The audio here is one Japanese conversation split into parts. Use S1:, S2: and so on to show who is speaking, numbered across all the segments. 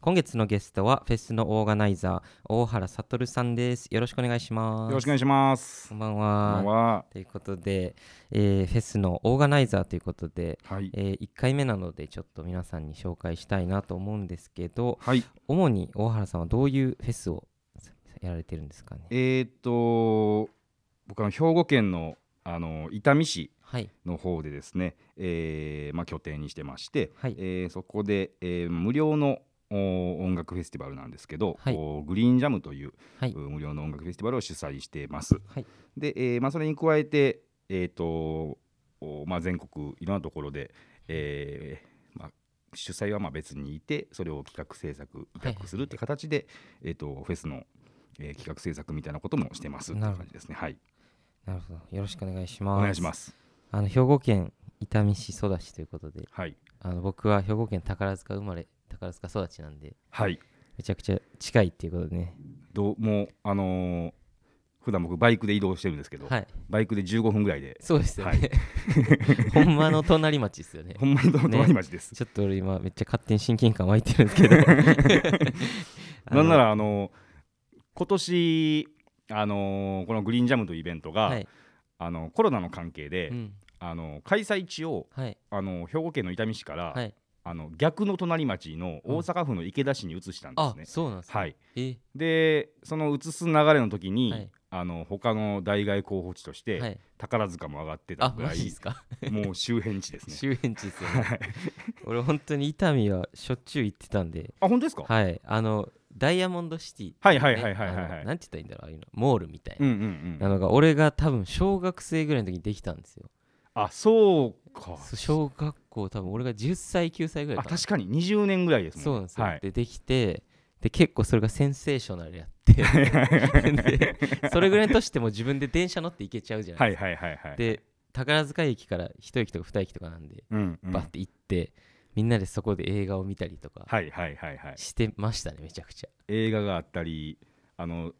S1: 今月のゲストはフェスのオーガナイザー大原悟さんですよろしくお願いします
S2: よろしくお願いします
S1: こんばん
S2: こんば
S1: は
S2: んは
S1: ということで、えーフェスのオーガナイザーということで、
S2: はい
S1: え1回目なのでちょっと皆さんに紹介したいなと思うんですけど
S2: はい
S1: 主に大原さんはどういうフェスをやられてるんですかね
S2: えー、っと僕はあの兵庫県のあの伊丹市
S1: はい
S2: の方でですね、えーまあ、拠点にしてまして、
S1: はい
S2: えーそこで、えー無料のお音楽フェスティバルなんですけど、
S1: はい
S2: おグリーンジャムという、
S1: はい
S2: 無料の音楽フェスティバルを主催しています。
S1: はい
S2: で、えーまあ、それに加えて、えーとおまあ、全国いろんなところで、えーまあ、主催はまあ別にいてそれを企画制作委託するって形で、えー、とフェスの、えー企画制作みたいなこともしてますって
S1: なる
S2: 感
S1: ほど
S2: じですね。はい、
S1: なるほどよろしくお願いし
S2: お
S1: ます
S2: 願いします。
S1: あの兵庫県伊丹市育ちということで
S2: はい、
S1: あの僕は兵庫県宝塚生まれ宝塚育ちなんで
S2: はい
S1: めちゃくちゃ近いっていうことでね
S2: どうもうあのー普段僕バイクで移動してるんですけど、
S1: はい
S2: バイクで15分ぐらいで
S1: そうですよね、 ほんまの隣町ですよね
S2: ほんまにどの隣町です、
S1: ちょっと俺今めっちゃ勝手に親近感湧いてるんです けどあの
S2: なんならあのー今年あのーこのグリーンジャムというイベントが、
S1: はい、
S2: あのコロナの関係で、
S1: うん、
S2: あの開催地を
S1: はい
S2: あの兵庫県の伊丹市から、
S1: はい
S2: あの逆の隣町の大阪府の池田市に移したんで
S1: あ
S2: すね。
S1: そうなんですね
S2: はい、
S1: え
S2: でその移す流れの時に、
S1: はい
S2: あの他の代替候補地として、
S1: はい
S2: 宝塚も上がってた
S1: あ
S2: ぐ
S1: マ
S2: ら
S1: ジで
S2: い
S1: すか
S2: もう周辺地です ね。
S1: 周辺地ですよね
S2: はい
S1: 俺本当に伊丹はしょっちゅう行ってたんで
S2: あ本当ですか、
S1: はいあのダイヤモンドシティって
S2: は
S1: う
S2: い
S1: ね、
S2: はいはいはいはいはい
S1: あのなんて言ったらいいんだろうああいうのモールみたいな、
S2: うんうんう、
S1: なんのが俺が多分小学生ぐらいの時にできたんですよ。
S2: あそうか
S1: そう小学校多分俺が10歳9歳ぐらい
S2: あ
S1: かな
S2: 確かに20年ぐらいですもん
S1: そうなんですよ。
S2: はい、
S1: でできてで結構それがセンセーショナル やってでそれぐらいの年ってもう自分で電車乗って行けちゃうじゃな
S2: はいい
S1: ですか。
S2: はいはいはい、
S1: で宝塚駅から1駅とか2駅とかなんで
S2: うんうん、
S1: バッて行って、みんなでそこで映画を見たりとか
S2: はいはいはいはい
S1: してましたねめちゃくちゃ。
S2: 映画があったりあの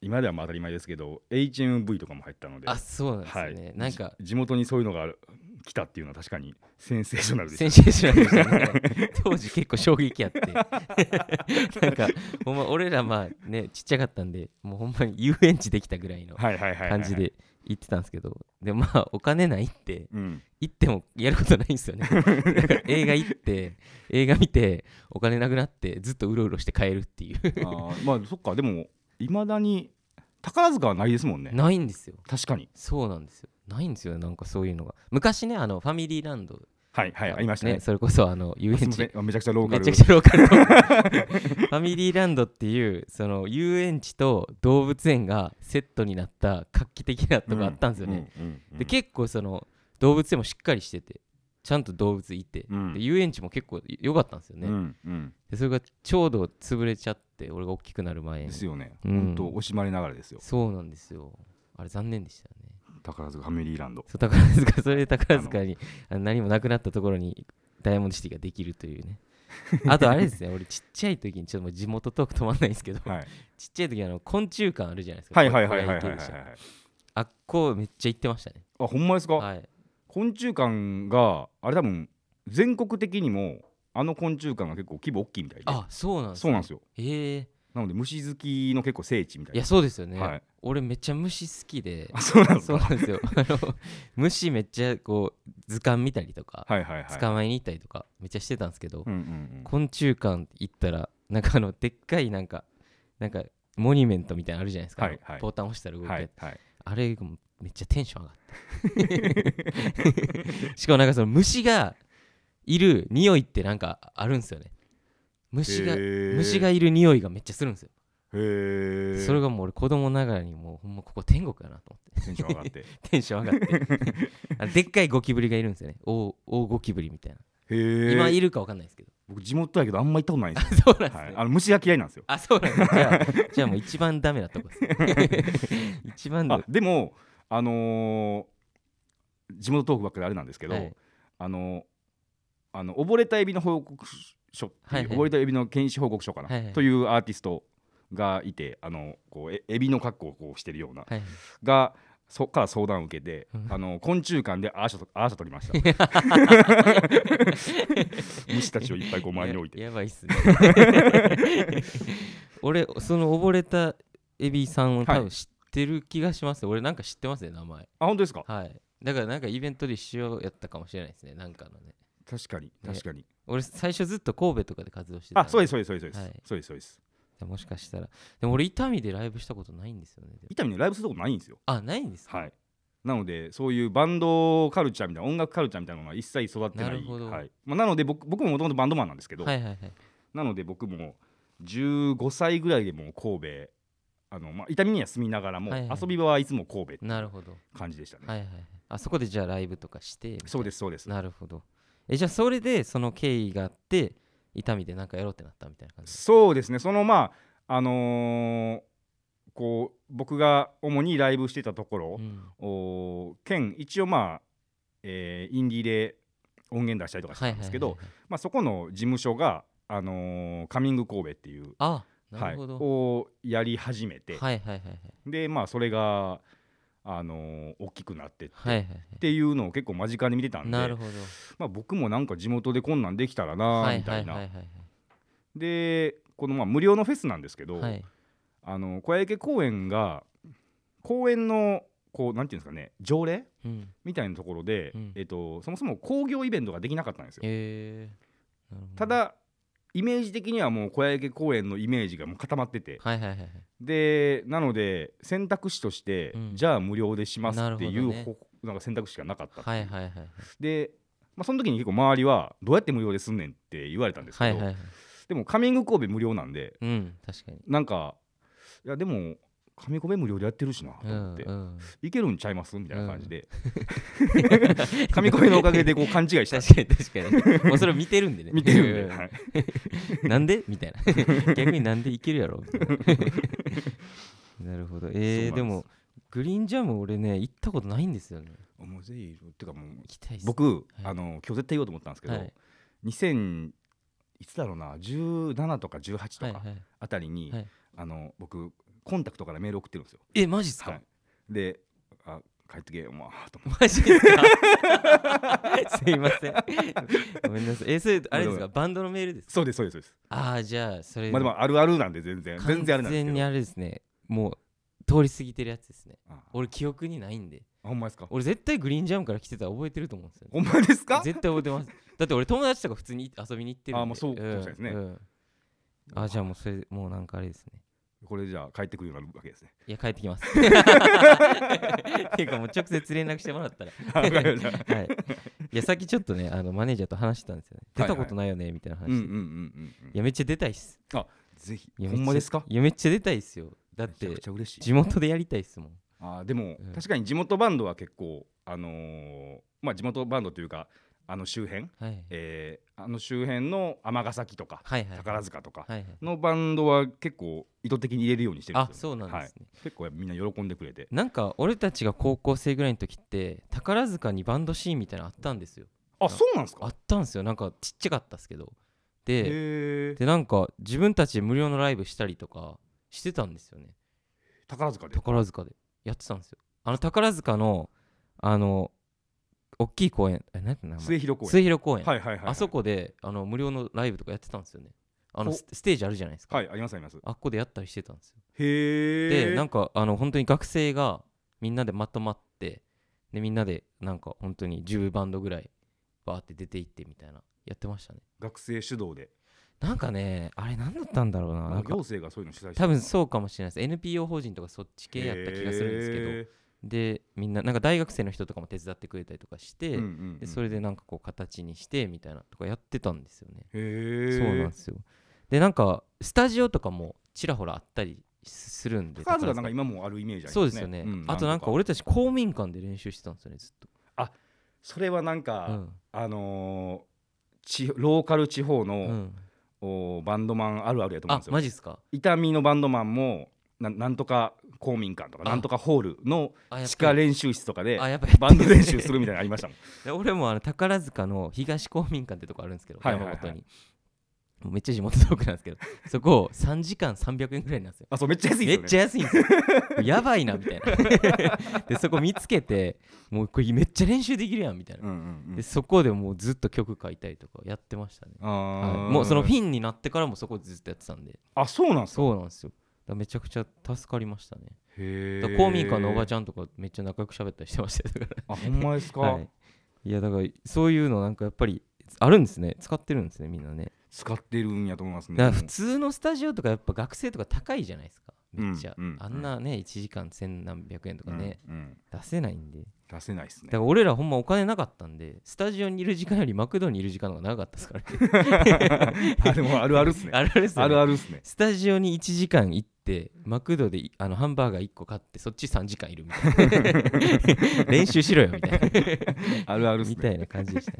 S2: 今ではまあ当たり前ですけど HMV とかも入ったので
S1: あそうなんですよね。
S2: はい
S1: なんか
S2: 地元にそういうのがある来たっていうのは確かにセンセーショナルで
S1: セ
S2: す
S1: ンセーショナルでしたね当時結構衝撃 やってなんかほんま俺らまあねちっちゃかったんでもうほんまに遊園地できたぐらいの
S2: はいはいはいはいはい
S1: 感じで行ってたんですけどでまあお金ないって
S2: うん
S1: 行ってもやることないんですよ ねだから映画行って映画見てお金なくなってずっとうろうろして帰るっていう
S2: あーまあそっかでもいまだに宝塚はないですもんね
S1: ないんですよ
S2: 確かに
S1: そうなんですよないんですよねなんかそういうのが昔ねあのファミリーランド
S2: はいはいありましたね
S1: それこそあの遊
S2: すい
S1: 園
S2: ま
S1: 地
S2: せんめちゃくちゃローカ
S1: め
S2: ル
S1: ちゃくちゃローカルト ークファミリーランドっていうその遊園地と動物園がセットになった画期的なとこあったんですよね、
S2: うんうんうん
S1: で結構その動物園もしっかりしててちゃんと動物いて、
S2: うん
S1: で遊園地も結構良かったんですよね、
S2: うんうん
S1: でそれがちょうど潰れちゃって俺が大きくなる前に
S2: ですよね
S1: うん
S2: 本当惜しまれながらですよ
S1: そうなんですよあれ残念でしたよね
S2: 宝塚ファミリーランド
S1: そう宝 塚それで宝塚にあの何もなくなったところにダイヤモンドシティができるという ねあとあれですね俺ちっちゃい時にちょっともう地元トーク止まんないんですけど、
S2: はい
S1: ちっちゃい時あの昆虫館あるじゃないですか
S2: はいはいはいはいはい
S1: 小屋行
S2: はい
S1: けるじゃん
S2: はい
S1: あっこめっちゃ行ってましたね
S2: あほんまですか
S1: はい
S2: 昆虫館があれ多分全国的にもあの昆虫館が結構規模大きいみたいで
S1: あそうなんです
S2: そうなんですよ
S1: へえ
S2: なので虫好きの結構聖地みたい
S1: い
S2: な
S1: やそうですよね、
S2: はい
S1: 俺めっちゃ虫好きで
S2: あ そうなんです
S1: そう
S2: か
S1: なんですよあの虫めっちゃこう図鑑見たりとか、
S2: はいはいはい
S1: 捕まえに行ったりとかめっちゃしてたんですけど、
S2: うんうん
S1: 昆虫館行ったらなんかあのでっかいなんかなんかモニュメントみたいなのあるじゃないですか、
S2: はいはい
S1: ボタン押したら動
S2: う
S1: く
S2: ん
S1: やつ
S2: はいはい
S1: あれがめっちゃテンション上がった しかもなんかその虫がいる匂いってなんかあるんですよね虫が虫が
S2: へ
S1: いる匂いがめっちゃするんですよ
S2: え
S1: それがもう俺子供ながらにもうほんまここ天国やなと思っ
S2: テンション上 がってへ
S1: てテンション上がって あのでっかいゴキブリがいるんですよね大大ゴキブリみたいな
S2: え
S1: 今いるかわかんないですけど
S2: 僕地元やけどあんま行ったことないんですよ
S1: そうなんです
S2: はい
S1: ね
S2: あの虫が嫌いなんですよ
S1: あそうなん ですねじゃあじゃあもう一番ダメなとこですね一番
S2: あ
S1: の
S2: でもあのー地元トークばっかりあれなんですけど
S1: はい
S2: あのあの溺れたエビの報告書っていう、
S1: はいはい
S2: 溺れたエビの検視報告書かな、
S1: はいはい
S2: というアーティストがいてあのこうえエビの格好をこうしてるような
S1: はい
S2: がそっから相談を受けて、
S1: うん
S2: あの昆虫館でアーシャとアーシャ取り ました虫たちをいっぱいこう周りに置いて
S1: ややばいっすね 俺その溺れたエビさんを多
S2: は
S1: 分知ってる気がします、俺なんか知ってますね名前
S2: あ本当ですか
S1: はいだからなんかイベントで一緒やったかもしれないですねなんかのね
S2: 確かに確かに、
S1: 俺最初ずっと神戸とかで活動してたん
S2: あそうですそうですそうです、
S1: はい
S2: そうですそうです
S1: もしかしたらでも俺伊丹でライブしたことないんですよねでも
S2: 伊丹ねライブするとこないんですよ
S1: あないんですか、
S2: はいなのでそういうバンドカルチャーみたいな音楽カルチャーみたいなのが一切育ってない
S1: なるほど
S2: はいまあ、なので僕僕ももともとバンドマンなんですけど、
S1: はいはいはい
S2: なので僕も15歳ぐらいでもう神戸あの、まあ、痛みには住みながらも、
S1: はいはい
S2: 遊び場はいつも神戸って
S1: なるほど
S2: 感じでしたね、
S1: はいはいはいあそこでじゃあライブとかしてみたいな
S2: そうですそうです
S1: なるほどえじゃあそれでその経緯があって痛みでなんかやろうってなったみたいな感じ
S2: そうですねそのまああのーこう僕が主にライブしてたところ
S1: う、ん
S2: おー兼一応まあ、えーインディーで音源出したりとかしてたんですけど、
S1: はいはいはいはい
S2: まあ、そこの事務所が、あのーカミング神戸っていう、
S1: あな
S2: はい、
S1: るほど、はい、
S2: をやり始めて、
S1: はいはいはい
S2: でまあそれが、あのー大きくなってって、
S1: はいはい
S2: っていうのを結構間近に見てた
S1: は
S2: ん
S1: い
S2: で
S1: なるほど
S2: まあ、僕もなんか地元でこんなんできた
S1: は
S2: らなみ
S1: いは
S2: た
S1: い
S2: いな。
S1: はいはい
S2: でこのまあ無料のフェスなんですけど、
S1: はい
S2: あの小池公園が公園のこうなんていうんですかね条例
S1: うん
S2: みたいなところで、
S1: うん
S2: えっと、そもそも工業イベントができなかったんですよ。
S1: えーなるほど
S2: ただイメージ的にはもう小池公園のイメージがもう固まってて
S1: はいはいはいはい
S2: でなので選択肢として、
S1: うん
S2: じゃあ無料でしますってい
S1: なるほど
S2: う
S1: ね
S2: ほなんか選択肢がなかったってい
S1: は
S2: う
S1: いはいはいはい
S2: で、まあ、その時に結構周りはどうやって無料ですんねんって言われたんです
S1: は
S2: け
S1: い
S2: ど、
S1: はいはい
S2: でもカミング神戸無料なんで
S1: うん確かに
S2: なんかいやでも神戸無料でやってるしなと
S1: う
S2: 思
S1: ん
S2: って、
S1: うん
S2: いけるんちゃいますみたいな感じで、 神神戸のおかげでこう勘違いした
S1: 確かに確か にもうそれを見てるんでね
S2: 見てるんで、
S1: うん
S2: はい
S1: なんでみたいな 逆になんでいけるやろみたい ななるほどえー、
S2: そうなんです
S1: でもグリーンジャム俺ね行ったことないんですよね
S2: もうぜひてかもう
S1: 行きたいっす
S2: 僕、
S1: い
S2: あの今日絶対言おうと思ったんですけど、
S1: はい
S2: 2000いつだろうな17とか18
S1: はい
S2: とか
S1: はい
S2: あたりに、
S1: はい
S2: あの僕コンタクトからメール送ってるんですよ。
S1: えマジっすか、
S2: はい、であ帰ってけよ、まあ、と思って
S1: マジですか すいませんごめんなさいえそれあれです
S2: ごめんごめ
S1: かバンドのメールですか
S2: そうですそうですそうです。
S1: ああじゃあそれ
S2: まあでもあるあるなんで全然全然あれ
S1: 完
S2: なんですけ
S1: 全に
S2: ど。
S1: あれですねもう通り過ぎてるやつですね
S2: あ
S1: 俺記憶にないんで
S2: ほんまですか。
S1: 俺絶対グリーンジャムから来てたら覚えてると思うんですよね
S2: ほんまですか。
S1: 絶対覚えてます。だって俺友達とか普通に遊びに行ってるんで。
S2: あまあそうかもしれないですね
S1: んあじゃあもうそれもうなんかあれですね。
S2: これじゃあ帰ってくるようになるわけですね。
S1: いや帰ってき ます。っていうかもう直接連絡してもらったら。
S2: あわかりました
S1: はい。いやさっきちょっとねあのマネージャーと話してたんですよね。出たことないよねみたいな話
S2: うん
S1: で。
S2: うんうん
S1: い
S2: うんうん。
S1: やめっちゃ出たいっす。
S2: ぜひ
S1: いや
S2: ほんまですか。
S1: いやめっちゃ出たいっすよ。だっ
S2: めちゃ
S1: て
S2: くちゃ嬉しい。
S1: 地元でやりたいっすもん。
S2: あーでも、
S1: うん
S2: 確かに地元バンドは結構あのーまあ地元バンドというかあの周辺、
S1: はい。
S2: えーあの周辺の尼崎とか
S1: はいはい。
S2: 宝塚とか
S1: はいはい。
S2: のバンドは結構意図的に入れるようにしてるん
S1: あ
S2: です
S1: そ
S2: よ。
S1: うなんですね。
S2: 結構みんな喜んでくれて。
S1: なんか俺たちが高校生ぐらいの時って宝塚にバンドシーンみたいなのあったんですよ。
S2: あそうなんですか。
S1: あったんですよなんかちっちゃかったっすけどで
S2: へえ。
S1: でなんか自分たちで無料のライブしたりとかしてたんですよね
S2: 宝塚で。
S1: 宝塚でやってたんですよあの宝塚のあの大きい公園え何て名前
S2: 末広公園。
S1: 末広公園、
S2: はいはいはいはい。
S1: あそ。こであの無料のライブとかやってたんですよねあの
S2: ほ
S1: スステージあるじゃないですか、
S2: はいありますあります。
S1: あっこでやったりしてたんですよ
S2: へえ。
S1: でなん
S2: か
S1: かあの本当に学生がみんなでまとまってでみんなでなんか本当に10バンドぐらいバーって出ていってみたいなやってましたね
S2: 学生主導で。
S1: なんかね、あれ何だったんだろうな。
S2: な
S1: なんん
S2: か
S1: か
S2: 行政がそういうの主催して
S1: 多分そうかもしれないです。NPO 法人とかそっち系やった気がするんですけど、
S2: へ
S1: で、みんな、なんか大学生の人とかも手伝ってくれたりとかして、
S2: ーうんうんうん
S1: でそれでなんかこう形にしてみたいなとかやってたんですよね。
S2: へえ。
S1: そうなんですよ。で、なんかスタジオとかもちらほらあったりするんで、
S2: 宝塚なん
S1: 宝
S2: か
S1: 塚
S2: 今もうあるイメージありますね。
S1: そうですよね、
S2: ん
S1: あとなんか俺たち公民館で練習してたんですよね、ずっと。
S2: それはなん
S1: う
S2: か
S1: ん
S2: あのー地ローカル地方
S1: う
S2: の
S1: ん、
S2: おバンドマンあるあるやと思うん
S1: あ
S2: ですよ
S1: マ。ジっすか
S2: 痛みのバンドマンもななんとか公民館とか
S1: あ
S2: なんとかホールの
S1: あやっ
S2: 地
S1: ぱ
S2: 下
S1: り
S2: 練習室とかで
S1: あやっぱ
S2: バンド練習するみたいな のありましたもん
S1: で俺もあの宝塚の東公民館ってとこあるんですけど、
S2: はいはいはい
S1: 山本にもうめっちゃ地元トークなん ですけどそこを3時間300円ぐらいなんですよ
S2: あそうめっちゃ安いで
S1: め
S2: すよ、ね、
S1: っちゃ安いんですよ やばいなみたいなでそこ見つけてもうこれめっちゃ練習できるやんみたいな、
S2: うんうんう
S1: で
S2: ん、
S1: そこでもうずっと曲書いたりとかやってましたね、
S2: あー
S1: はい、もうそのフィンになってからもそこずっとやってたんで
S2: あそうなんすか
S1: そうなんですよだからめちゃくちゃ助かりましたね
S2: へ
S1: だから公民館のおばち
S2: ゃん
S1: ゃんとかめっちゃ仲良く喋ったりしてましたよだから
S2: あほんまですか、
S1: はい、いやだからそういうのなんかやっぱりあるんですね使ってるんですねみんなね
S2: 使ってるんやと思いますね
S1: だから普通のスタジオとかやっぱ学生とか高いじゃないですかめっちゃ、
S2: うんうんうん
S1: あんなね1時間千何百円とかね、、
S2: うんうん
S1: 出せないんで
S2: 出せないです
S1: だ
S2: ね
S1: から俺らほんまお金なかったんでスタジオにいる時間よりマクドにいる時間の方が長かったですからね
S2: あでもあるあるっすね
S1: あるあるっすよね
S2: あるあるっすね
S1: スタジオに1時間行ってマクドでいあのハンバーガー1個買ってそっち3時間いるみたいな 練習しろよみたいな
S2: あるあるっす
S1: みた
S2: ね
S1: いな感じでした、ね、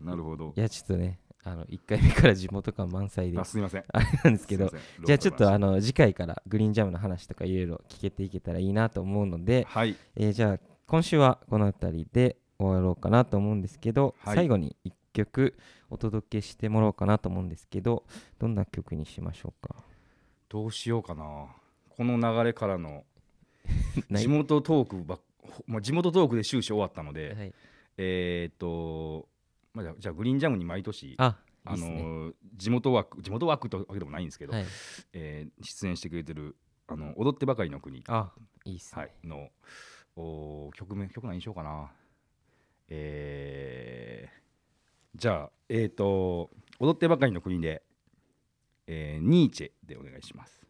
S2: なるほど
S1: いやちょっとねあの1回目から地元感満載で
S2: あすいません
S1: あれなんですけど
S2: すいません
S1: じゃあちょっ
S2: ロ
S1: と
S2: ーカ
S1: あ
S2: ル話
S1: の次回からグリーンジャムの話とかいろいろ聞けていけたらいいなと思うので、
S2: はい
S1: えーじゃあ今週はこの辺りで終わろうかなと思うんですけど、
S2: はい
S1: 最後に1曲お届けしてもらおうかなと思うんですけどどんな曲にしましょ うか
S2: どうしようかなこの流れからの
S1: ない
S2: 地元トークばっほまあ、地元トークで終始終わったので、
S1: はい、
S2: えーっと、まあ、じゃあじゃあグリーンジャムに毎年
S1: あいい
S2: あ
S1: っすね
S2: のー地元枠地元枠というわけでもないんですけど、
S1: はい、
S2: えー出演してくれてるあの踊ってばかりの国、
S1: あいいっすね、
S2: はい、のおー曲名曲何にしようかなえーじゃあえっ、と踊ってばかりの国で、えーニーチェでお願いします